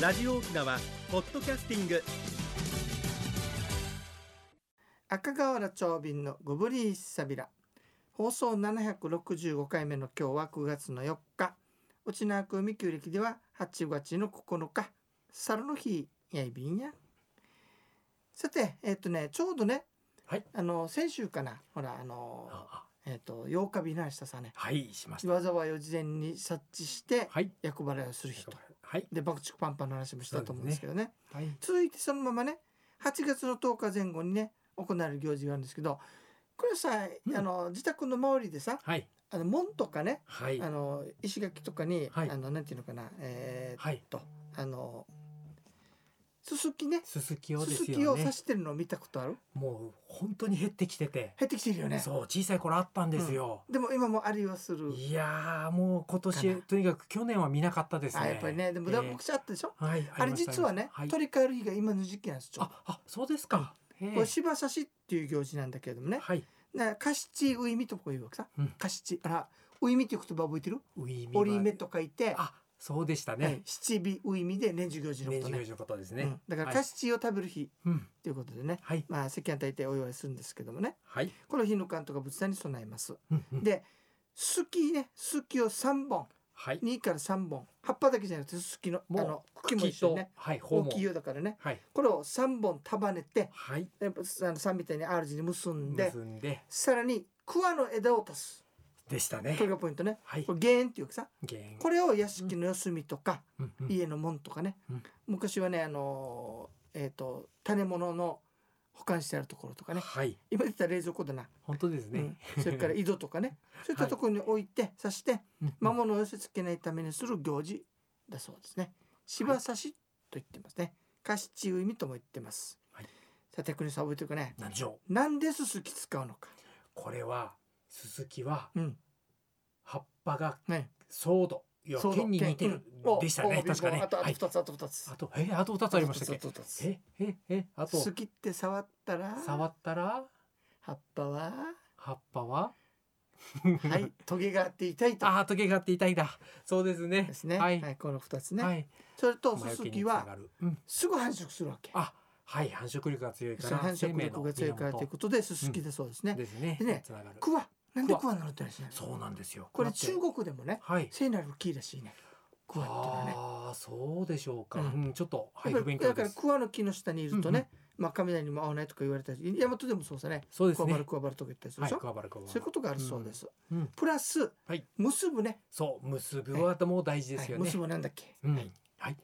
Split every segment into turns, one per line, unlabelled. ラジオ沖縄ポッドキャスティング
赤瓦長瓶のゴブリーサビラ放送765回目の今日は9月の4日内縄久美旧暦では8月の9日猿の日やいびんやさてえっ、とねちょうどね、
はい
あの先週かなほらあの
あ
えっ、と8日避難したさね
はい、しました。
わざわよ事前に察知して
はい。
役払いをする人
はい。
で爆竹パンパンの話もしたと思うんですけどね
はい。
続いてそのままね8月の10日前後にね行われる行事があるんですけどこれさ、
うん
あの自宅の周りでさ
はい。
あの門とかね
はい。
あの石垣とかに、
はい
あのなんていうのかなえー
はい。
あのすすきね
すすきを
す
ですす
き
よ
を
ね
刺。してるのを見たことある
もう本当に減ってきてて。
減ってきてるよね
そう、小さい頃あったんですよ。
でも今もありはする
いやー、もう今
かな
年、とにかく去年は見なかったです
あ
ね。
やっぱりねでもだ僕ちあったでしょ、
はい。りました
あれ実はね、
はい。
取り替える日が今の時期なんですちょう
あ、あ、そうですか。へ
ど
ー
これ芝刺しっていう行事なんだけれどもね
はい。
なカシチウイミとこういうわけさ、
うん
カシチあらウイミっていう言葉覚えてる
ウイミは
折り目と書いて、
あ、そうでした
はい
ね。
七尾ウイミで年中行事のこ
年
と
中
ね
行事のことです
う
ね
ん。だから
はい
カシチを食べる日
うん。
ということでね、
はい。
まあ世間大体お祝いするんですけどもね
はい。
この日の缶とか仏壇に備えます
うんうん
でスキねスキを3本
はい。
2から3本葉っぱだけじゃなくてスキのあ
もう
の茎も一緒にね
茎とはい、
大
訪
きい
問。
ようだからね
はい。
これを3本束ねて
はい。
やっぱあの3みたいに R 字に結んで
結んで。
さらに桑の枝を足す
でしたね
こ。れがポイントね
はい
こ。れゲーンっていうかさ
弦
これを屋敷の四隅とか、
うんうん
家の門とかね、
うん
昔はねあのーえっ、と種物の保管してあるところとかね
はい。
今言ったら冷蔵庫だな、
本当ですね。
うんそれから井戸と かねそういったところに置いて刺して
うん
魔物を寄せつけないためにする行事だそうですね芝刺しと言ってますね貸し地意味とも言ってます、
はい
さて国さん覚えてるかね
なんでしょう。
なんでススキ使うのか
これはススキは
うん
葉っぱが
ね
ソード、いや
そう
剣に似てる
うんお
でしたね。
お
確かね。
あとあ
は
と
い。
二つあと二つ
あとえあと二つありましたっ
あと二つ
け。えええあと
好きって触ったら
触ったら
葉っ ぱは
葉っぱは
は。いトゲがあって痛い と
あートゲがあって痛いだ。そうですね
で。すね、は
はいい
この二つね、
はい。
それと
魔除
スス
け
キ
につな
は
がる。うん。
すぐ繁殖するわけ
あはい繁殖力が強いか
その
ら
繁殖力が強いからということでススキだそうです
と
ね、
ですね。
でね
つながる。
クワなんでクワになるって話なの
そうなんですよ。
これ
だって
中国でもね
はい。
聖なる木らしいねクワっていうのはね
ああそうでしょうか。
う
うんんちょっとはい
やっ
不
ぱり
勉
だ
強
か
で
ら
す。
クワの木の下にいるとね、
うん
まあ雷にも合わないとか言われたり大和でもそうさね
そうで
ク
す
ワ
ね
バル。クワバルとか言ったりする
は
で
い、
しょ、
桑原君は
そういうことがあるそうです、
うん
プラス、
はい
結ぶね
そう、結ぶはもう大事ですよ
はい、
ね
結。ぶはなんだっけ
うんはい、はい、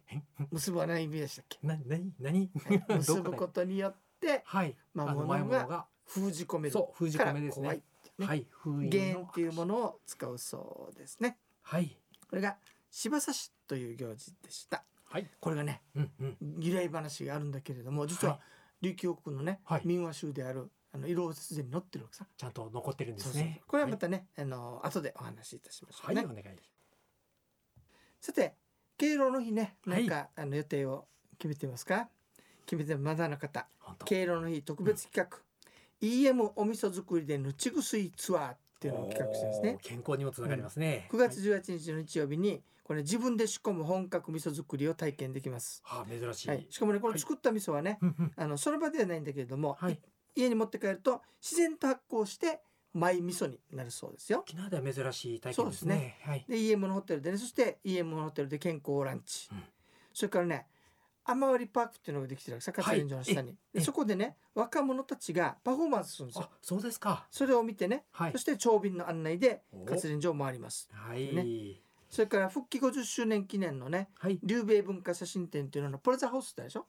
結ぶは何意味でしたっけ
な、なに、なに、
はい 結
ど
ぶ
っ
こ
かで
とによって
はい、
まあ
あの
物
前
が
ものが、
封じ込める
そう、封じ
か
込
ら
めです
怖い
ね。
ね
はい、封印
弦
の
っていうものを使うそうですね
はい、
これが柴刺しという行事でした
はい、
これがね
うん、うん、
由来話があるんだけれども実は
はい
琉球王国のね、
はい
民話集であるあの色を節に載ってるわけさ
ちゃんと残ってるんで
そう
す
そう
ね。
これはまたね、あの後でお話しいたしましょ
は
う
い、
ね、
はい、お願い。
さて敬老の日ね
は
ないんか、あの予定を決めてますか決めてまだの方
本当。
敬老の日特別企画、EM お味噌作りでぬちぐすいツアーっていうのを企画してですね
おー健康にもつながりますね。
9月18日の日曜日にこれ自分で仕込む本格味噌作りを体験できます、
はい、はあ、珍しい。
はい、しかもねこ
は
れ
い
作った味噌はね、
うん、うん、
あのその場ではないんだけれども、
はい。
家に持って帰ると自然と発酵して米味噌になるそうですよ
沖縄では珍しい体験です
そうで
ね。はい。
で EM のホテルでねそして EM のホテルで健康ランチ、
うん
それからね雨割りパークっていうのができてるわけさ勝連所の下に、で
え
そこでね若者たちがパフォーマンスするんですよ
あ、そうですか。
それを見てね、
はい
そ。して長瓶の案内で
お
活連所を回ります
はい。
それから復帰50周年記念のね
はい。
竜兵文化写真展っていうののプラザホースってあるでしょ、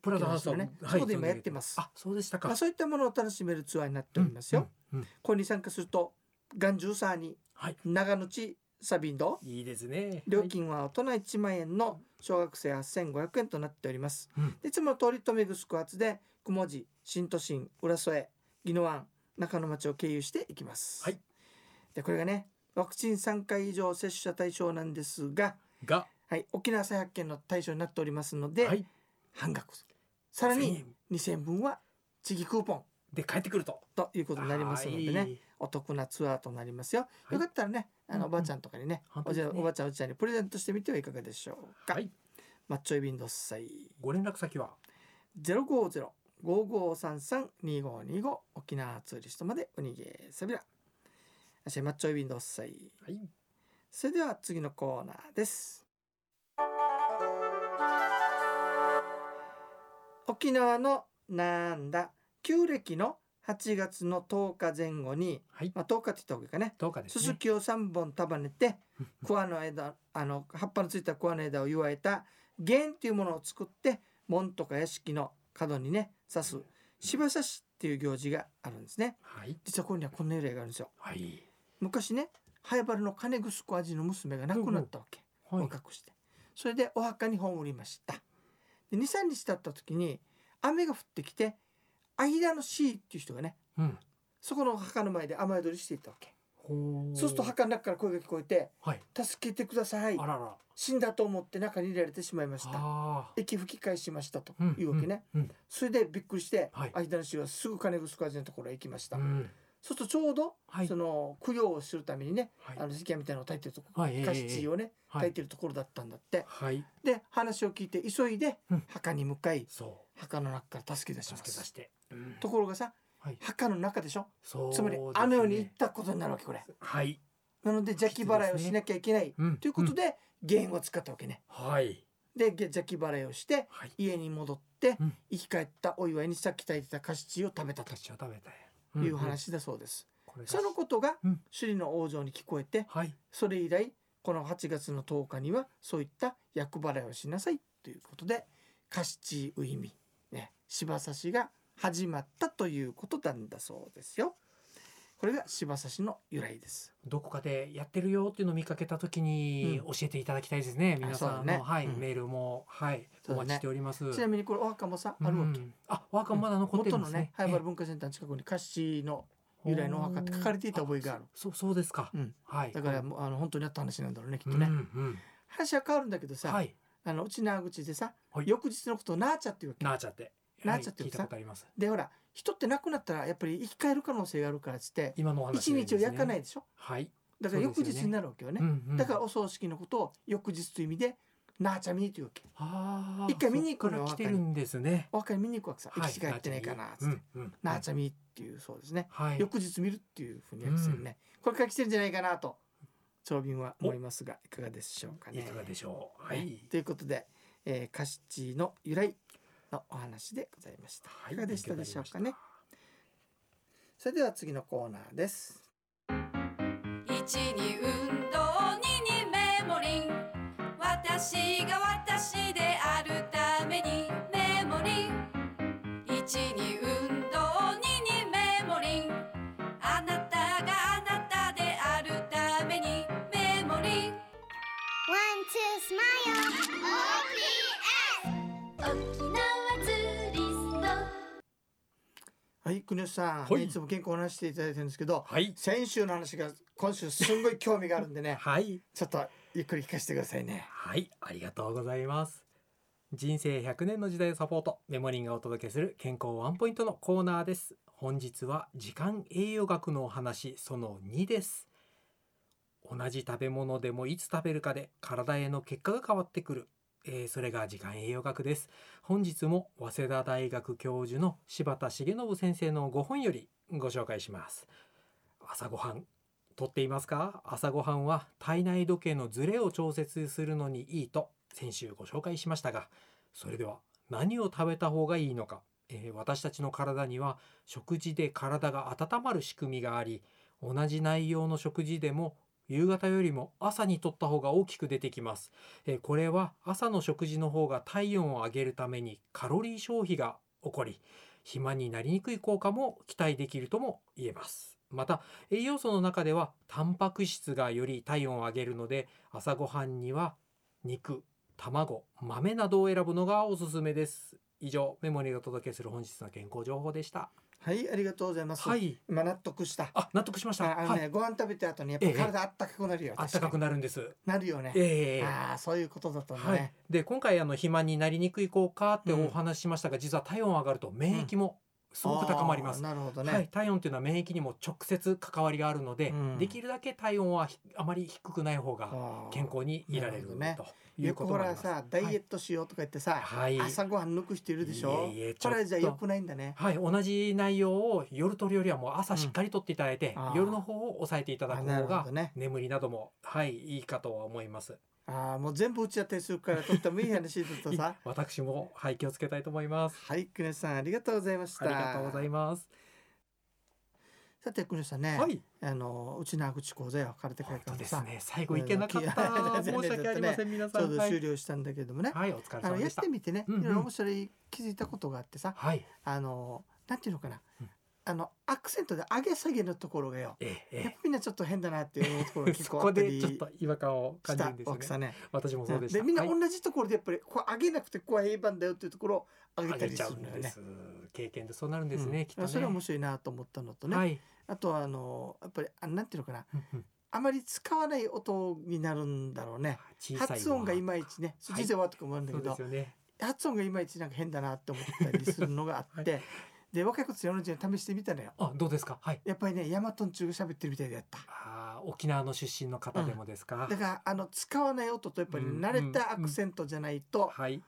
プラザハウス
ねそこで今やってます
あ、そうでしたか。
まあ、そういったものを楽しめるツアーになっておりますよ、
うん。うんうん
これに参加すると元十サーに
はい。
長野地サビンド
いいですね。
料金は大人1万円の小学生8500円となっております
はい。うん
いつもの通り留ぐ宿発で雲寺新都心浦添宜野湾中野町を経由していきます、
はい
でこれがねワクチン3回以上接種者対象なんですが、
が、
はい、沖縄再発見の対象になっておりますので、
はい。
半額さら
1000
に
円
2000分は地域クーポン
で帰ってくると。
ということになりますので
は
ね
い。
お得なツアーとなりますよ、
はい
よかったらねあ
う
のお
んうん
ばあちゃんとかにね,、
本
お
当
じ
で
ゃ
すね
おばあちゃんおじちゃんにプレゼントしてみてはいかがでしょうか、
はい
マッチョイビンドッサイ
ご連絡先は
050-5533-2525沖縄ツーリストまでおにげさびらあしゃいマッチョイビンドッサイ
はい
それでは次のコーナーです沖縄のなんだ旧暦の8月の10日前後に、
はい
まあ、10日って言った方がいいかね
10日です
す
ね
すきを3本束ねて桑の枝あの葉っぱのついた桑の枝を湯わえた弦っていうものを作って門とか屋敷の角にね刺す柴刺しっていう行事があるんですね
はい
実はここにはこんな由来があるんですよ
はい
昔ね早原の金ぐすこ味の娘が亡くなったわけ
はい
若くしてそれでお墓に葬りましたで23日経った時に雨が降ってきて間の C っていう人がね
うん
そこの墓の前で雨宿りしていたわけ
ほ
そうすると墓の中から声が聞こえて
はい
助けてください
あらら
死んだと思って中に入れられてしまいました
あ
息吹き返しましたと
ー
いうわけね、
うんうん
それでびっくりして、
はい
間の氏はすぐ金具すく味のところへ行きました、
うん
そうするとちょうど、
はい
その供養をするためにね、
はい
あの石屋みたいなのを焚いてるとこ
はいええ
ろ菓子をね、
は
焚い
い
てるところだったんだって、
はい
で話を聞いて急いで
うん
墓に向かい
そ
墓の中から助け出
う
しま
助け出
す
してうん
ところがさ
はい
墓の中でしょ
そう
つまり
ですね
あの世に行ったことになるわけこれ
はい
なので邪気払いをしなきゃいけない、
うん
ということで弦を使ったわけね
うんはい
で邪気払いをして
はい
家に戻って
うん
生き返ったお祝いにさっき炊いてた菓子チを食べたと
私を食べた
いう話だそうです、
これが
そのことが
うん
首里の王女に聞こえて
はい
それ以来この8月の10日にはそういった厄払いをしなさいということで菓子チウイミね柴刺しが始まったということなんだそうですよこれが柴刺しの由来です
どこかでやってるよっていうのを見かけたときに
う
教えていただきたいですね。皆さん
あそ
の、
うだね
はい、
うん
メールもはい
そ
お
うだね
待ちしております。
ちなみにこれお墓もさあるわけ、
うんあ、ワーカーまだ残ってる
元
んです
のね
ね。
早原文化センターの近くに菓子の
ええ
由来のお墓って書かれていた覚えがある。
そうそうですか。
うん
はい。
だから
うん
もうあの本当にあった話なんだろうねきっと
うんう
ね、
ん
話は変わるんだけどさ、
はい。
あのうち縄口でさ、
はい
翌日のことをなーちゃっていうわけ
なーちゃって。
なーちゃって
はい聞いたことあります。
でほら人って亡くなったらやっぱり生き返る可能性があるからっつって
今のお話。
一日を焼かないいでしょ
はい。
だから翌
そうですよ
日
ね
になるわけよね
うんうん
だからお葬式のことを翌日という意味でなーちゃん見に行くわけ
あー
一回見に行く
そ
のよ
っから来てるんですね。
お墓に見に行くわけさ生
はい
き返ってないかなっつって、
うんうん
なーちゃん見っていうそうですね
はい。
翌日見るっていうふうに訳してるね、これから来てるんじゃないかなと長瓶は思いますがいかがでしょうか
い
ね
かがでしょう。は
はいい。、ということで、えー、カシチの由来のお話でございました。
はい
いかがでしたでしょうか
勉強になり
ね
ま。
それでは次のコーナーです。
一に運動二にメモリン私が私であるためにメモリン一に運動二にメモリンあなたがあなたであるためにメモリン
One, two, smile. OPS. 沖縄ツーリスト。
はい、国吉さん、
はい
い、つも健康の話していただいてるんですけど、
はい。
先週の話が今週すんごい興味があるん でね、
はい。
ちょっとゆっくり聞かせてくださいね。
はい、ありがとうございます。人生100年の時代をサポート、メモリンがお届けする健康ワンポイントのコーナーです。本日は時間栄養学のお話その2です。同じ食べ物でもいつ食べるかで体への結果が変わってくる。えーそれが時間栄養学です。本日も早稲田大学教授の柴田重信先生のご本よりご紹介します。朝ごはん、とっていますか朝ごはんは体内時計のズレを調節するのにいいと先週ご紹介しましたがそれでは何を食べた方がいいのか、えー私たちの体には食事で体が温まる仕組みがあり同じ内容の食事でも夕方よりも朝にとった方が大きく出てきます、えーこれは朝の食事の方が体温を上げるためにカロリー消費が起こり肥満になりにくい効果も期待できるとも言えますまた栄養素の中ではタンパク質がより体温を上げるので朝ごはんには肉卵豆などを選ぶのがおすすめです以上メモリーがお届けする本日の健康情報でした
はい、ありがとうございます。
はい
今納得した。
あ納得しました
ああの
は
ね、
い
ご飯食べた後にやっぱ
ええ
体あったかくなるよ。
あったかくなるんです
なるよね。
ええ
ああ、そういうことだったんだ
はい
ね。、
で今回あの肥満になりにくい効果ってお話ししましたが、実は体温上がると免疫もすごく高まります
あー。なるほどね。
はい、体温というのは免疫にも直接関わりがあるので、
うん
できるだけ体温はひあまり低くない方が
あー
健康にいられ
なる
る
ほどね
とい
よ
う
く
こと
ほ
になり
ら
ます。
さダイエットしようとか言ってさ、
はい、はい
朝ごはん抜く人いるでしょ
いえいえち
こ
ょっと
れじゃ良くないんだね
はい、同じ内容を夜とるよりはもう朝しっかりとっていただいて、
うんあー
夜の方を抑えていただ
あ
く
な
方
るほ
が
どね
眠りなどもはいいいかとは思います。
あーもう全部打ち当てするからとってもいい話だ とさ
私もはい気をつけたいと思います。
はい久根さんありがとうございました
ありがとうございます。
さて久根さんね、
はい、
あのうちな口講座や別れて会
本当
館
で
ですさ、
ね。最後いけなかっ
う
た。
ん
申し訳ありません、皆
ち
さ。
ょうんど
は
終
い、
了したんだけどもね、
はいお疲れ
あ
様
のや
で
っ
した
て。みてね、
うんうん
いろいろ面白い気づいたことがあってさ
はい、
あのなんていうのかな、
うん
あのアクセントで上げ下げのところがよ
えええ
やっ
え
ぱみんなちょっと変だなっていうとこ ろが結
そ
構あ
こ
った
で
り
ちょっと違和感を
し
感じる
た
んですよ
わけさ
ね。
ね。
私もそうでした。
でみんな
はい
同じところでやっぱりこう上げなくてこう平板だよっていうところを上げた
上
り
げ
す
ちゃう
る
ん
のよ
で
ね
す。。経験でそうなるんですね。
うん
きっとね。
それは面白いなと思ったのとね、
はい。
あとはあのやっぱりあなんていうのかな
うんうん
あまり使わない音になるんだろうね。
小さい
発音がいまいちね、
はい
小さいわとかもあるんだ
そう
け
で
ど
す、よね。
発音がいまいちなんか変だなって思ったりするのがあって、 で若い子たちのちに試してみたのよ。
あ、どうですか。はい。
やっぱりねヤマトン中が喋ってるみたいでやった。
あー沖縄の出身の方でもですか
だ。からあの使わない音とやっぱり慣れたアクセントじゃないと
はい。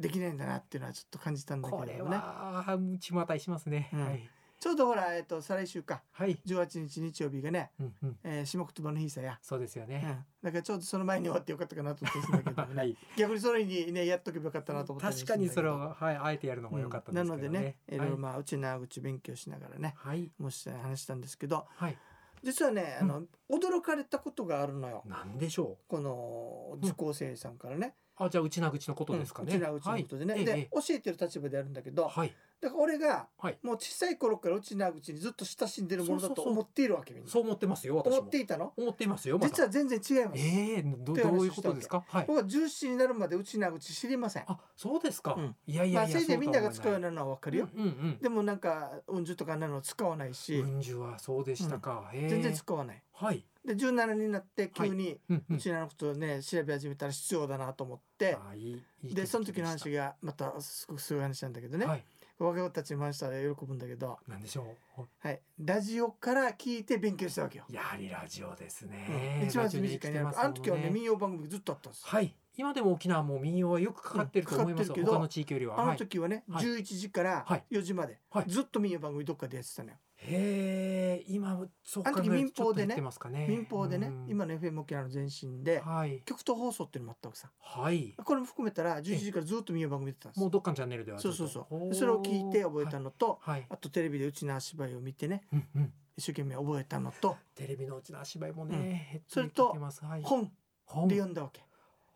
できないんだなっていうのはちょっと感じたんだけ
こ
ど
れ
もね。
はちまたいしますね。
うん
はい。
ちょうどほら、えっと、再来週か、
はい。
18日日曜日がね、
うんうん。
えー、下言葉の日さや。
そうですよ
うん、
ね。
だからちょうどその前に終わってよかったかなと思ってたんだけ どもね、
はい。
逆にそれにねやっとけばよかったなと思ったり
確
し
か
たんだけ
に
ど
それをはいあえてやるのも良かったんですけど
うんなので
ね
ね。いろいろまあうちなうち勉強しながらね
はい。
もし話したんですけど
はい。
実はねあの、驚かれたことがあるのよ
なんでしょ
この受講生さんからね、
う。あ、じゃあうちなぐちのことですかね。
うんうちなうちのことでね、
はい
で、
ええ
教えてる立場であるんだけど、
はい。
だから俺が
はい。
もう小さい頃からうちなうちにずっと親しんでるものだと思っているわけみんな
そう思ってますよ。私も。
思っていたの
思っていますよ。まだ
実は全然違います、
ええど
って話を
どういうことですか。はい。
僕は重視になるまでうちなうち知りません
あ、そうですか。
うん
いやいや
まあ
いや。
せいぜいみんなが使うよう
う
なのはわか
あ
るよ、
うんうん
でもなんかうんじゅとかあんなの使わないし、
うん。うんじゅはそうでしたか。へえ
全然使わない
はい。
で17になって急に
うんう。
うんちなのことをね調べ始めたら必要だなと思って、
あいいいい気づ
で
き
その時の
した
話がまたすごくすごい話なんだけどね、
はい。
若い子たちに話したら喜ぶんだけど、
なんでしょう。
はい、ラジオから聞いて勉強したわけよ。
やはりラジオです
う
ね。
ん一番身
ラジオに生
近
き
に
て
ある
ますもん
あの時はね民謡番組ずっとあったんですよ、
はい。今でも沖縄も民謡はよくかかってると思いますよ。
うんかかってるけど
他の地域よりは。
あ
は
の
い。
時はね、
はい
11時から
はい
4時まで、
はい
ずっと民謡番組どっかでやってたのよ、
へえ。今そう考
あの
え
時
る
民
とちょ
放
っと
で
減
ね
ってますかね。
民放でね
うん
今の FM 沖縄の前身で
はい
極東放送っていうのもあったわけさ
はい。
これも含めたら11時からずっと民謡番組やってたんです
もう
よ
どっかのチャンネルではず
そ
っ
う
と。
そうそう
おー
でそれを聞いて覚えたのと、
はい。はい
あとテレビでうちの芝居を見てね
うんうん。
一生懸命覚えたのと
テレビのうちの芝居も
うん
ね、減って
それと
きてますはい、
本
本
で読んだわけ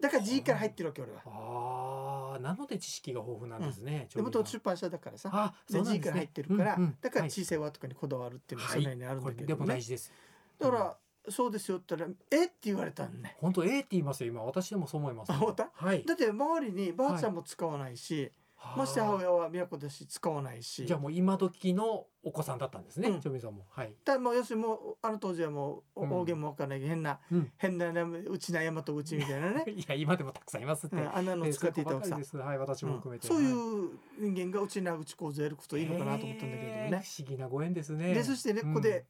だから字から入ってるわけ俺は
ああ、なので知識が豊富なんですね。
で元々
ちょ
出版社だからさ
あ、
で
そうなん
字
で
か
す
ら入っ
ね
てるから、
うんうん
だから
はい
小さいわとかにこだわるっていうのは
は
そ
い
んなにあるん
こ
だ
れ
け
で
ど、
も
ね
大事です。
だから、そうですよって言ったら「えっ?」て言われたんね
本当ええって言いますよ。今私でもそう思います。
あ本当
はい。
だって周りにばあちゃんも使わないし、まして母
は
親は都だし使わないし
あじゃあもう今時のお子さんだったんですね。
うん
ちょみさんもはい。
だもう要するにもうあの当時はもう
うん
大言もわからないけど変な、
うん、
変な名前うちな山とうちみたいなね
いや今でもたくさんいますって。
うん、あんなのを
えー
使っていたわけ
そうう、ことばか
さ
りですはい、私も含めて。
そうい
は
う人間がうちなうち構造やることいいのかなと思ったんだけれども
へー
ね。
不思議なご縁ですね。
でそしてね
う
こ
ん
こで、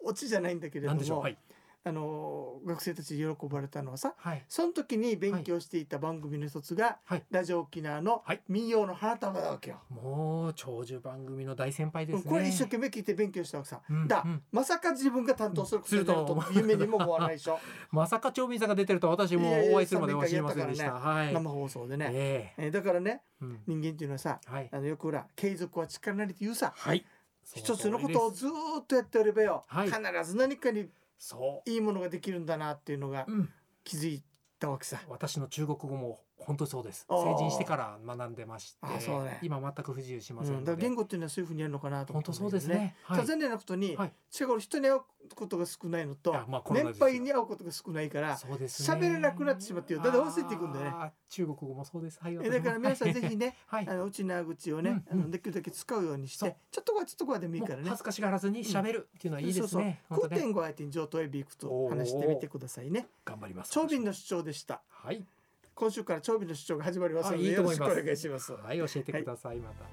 オチじゃないんだけれ
な
ど
んでしょう。
も、
はい
あの学生たちに喜ばれたのはさ
はい。
その時に勉強していた番組の一つが、
はい
ラジオ沖縄の
はい
民謡の花束だわけよ。
もう長寿番組の大先輩ですね。
これ一生懸命聞いて勉強したわけさ、
うん
だ、
うん
まさか自分が担当することになると
すると
夢にも思わないで しょ
まさか長敏さんが出てるとは私も
いやいや
お会いするまでは知りませんでした。
三年
はい。
生放送でね、
ええ
えーだからね
うん
人間っていうのはさ
はい。
あのよくほら継続は力なりって言うさ、
はい。
一つのことをずーっとやっておればよ、
はい
必ず何かに
そ
いいものができるんだなっていうのが
う。うん。
気づいたわけさ。
私の中国語も本当にそうです。
あー
成人してから学んでまして、
あそうね
今全く不自由しませ
うんんだ
の
から
で。
言語っていうのはそういうふうにやるのかなと思
本
った
当
んだ
そ
け
うで
ど
すね。はい
ただ。残念なことに、
はい
近頃人に会うことが少ないのと、
あまあコロナ
年
ですよ
配に会うことが少ないから
そうですね。
喋れなくなってしまってよだんだん忘れていくんだよね
あー。中国語もそうです。はい。
えだから皆さんぜひね、
はい。
あ
はい。
のうちの口をね、
うんうん
あのできるだけ使うようにして、
そう
ちょっとこはちょっとこはでもいい
もう
からね
恥ず。かしがらずに喋るっていうのはいいですね。
そう
本
そ
当
う。
ね。
9.5相手に上等エビいくと話してみてくださいね。
頑張ります。
長瓶の主張でした。
はい。
今週から長瓶の主張が始まりますの
あい
で
いと
よろ
思い
しく
ま
お
す
願いします。
はい。教えてください。また。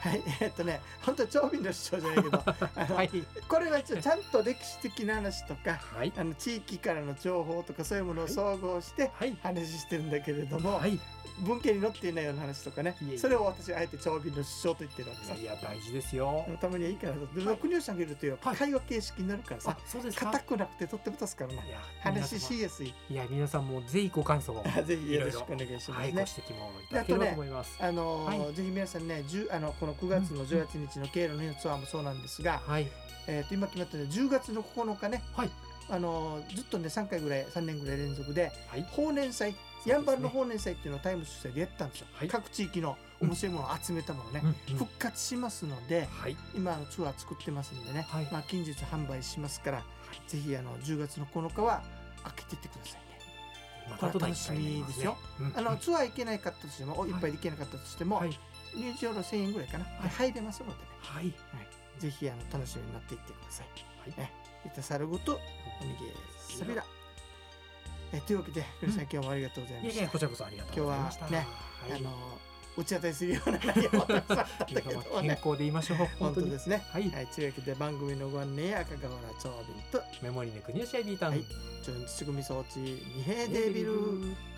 はい、 えっとね、本当は長瓶の主張じゃない けど、あの
はい
これはちょちゃんと歴史的な話とか、
はい
あの地域からの情報とかそういうものを総合して
はい
話してるんだけれども、
はいい
文献に載っていないような話とかね
いえいえ
それを私あえて長瓶の主張と言ってるわけさ
やいや大事ですよ
でもたまにはいいからでも国を下げるという
はい
会話形式になるからさ
あそうですか
硬くなくてとっても助かるない
や
話
皆
しやすい
様いや皆さんもぜひご感想を
ぜひよろしくお願 いしま
は
す
い、
ね
ご指摘もいただければと思います。
あのー
は
ぜひ皆さんね10あのこの9月の18日の経路の日のツアーもそうなんですが、
はい、
えー、と今決まってるのは10月の9日ね、
はい
あのーずっとね3回ぐらい3年ぐらい連続で
はい、
法年祭、
ね
やんばるの法年祭っていうのをタイムズ主催でやったんですよ、
はい
各地域の面白いものを集めたものをね、
うんうん
復活しますので
はい、
今あのツアー作ってますんでね、
はい
まあ、近日販売しますから、ぜひあの10月の9日は開けてってくださいね
ま
これは
た
楽しみですよ。あのツアー行けないかったとしても、おいっぱいで行けなかったとしても、
はい、
入場料1000円ぐらいかな、
い
入れますのでね
はい、
ぜひあの楽しみになっていってください。
はい
ね、いたさるごとおにぎりさびら。えというわけで、皆さん今日もありがとうござ
い
いま
やい
した。
や、こちらこそありがとうございました。
今日はね
は
あ
い、
の打ち当たりするような内容をたくさんあったけ
皆様
ども
健
ね
康。で言いましょう。
本
本当
当
に
で。すね。
はい、
はい、というわけで番組のご案内や赤川原長瓶と
メモリーの国吉アイビータウン。
はいちょんちくみ装置二平デビル。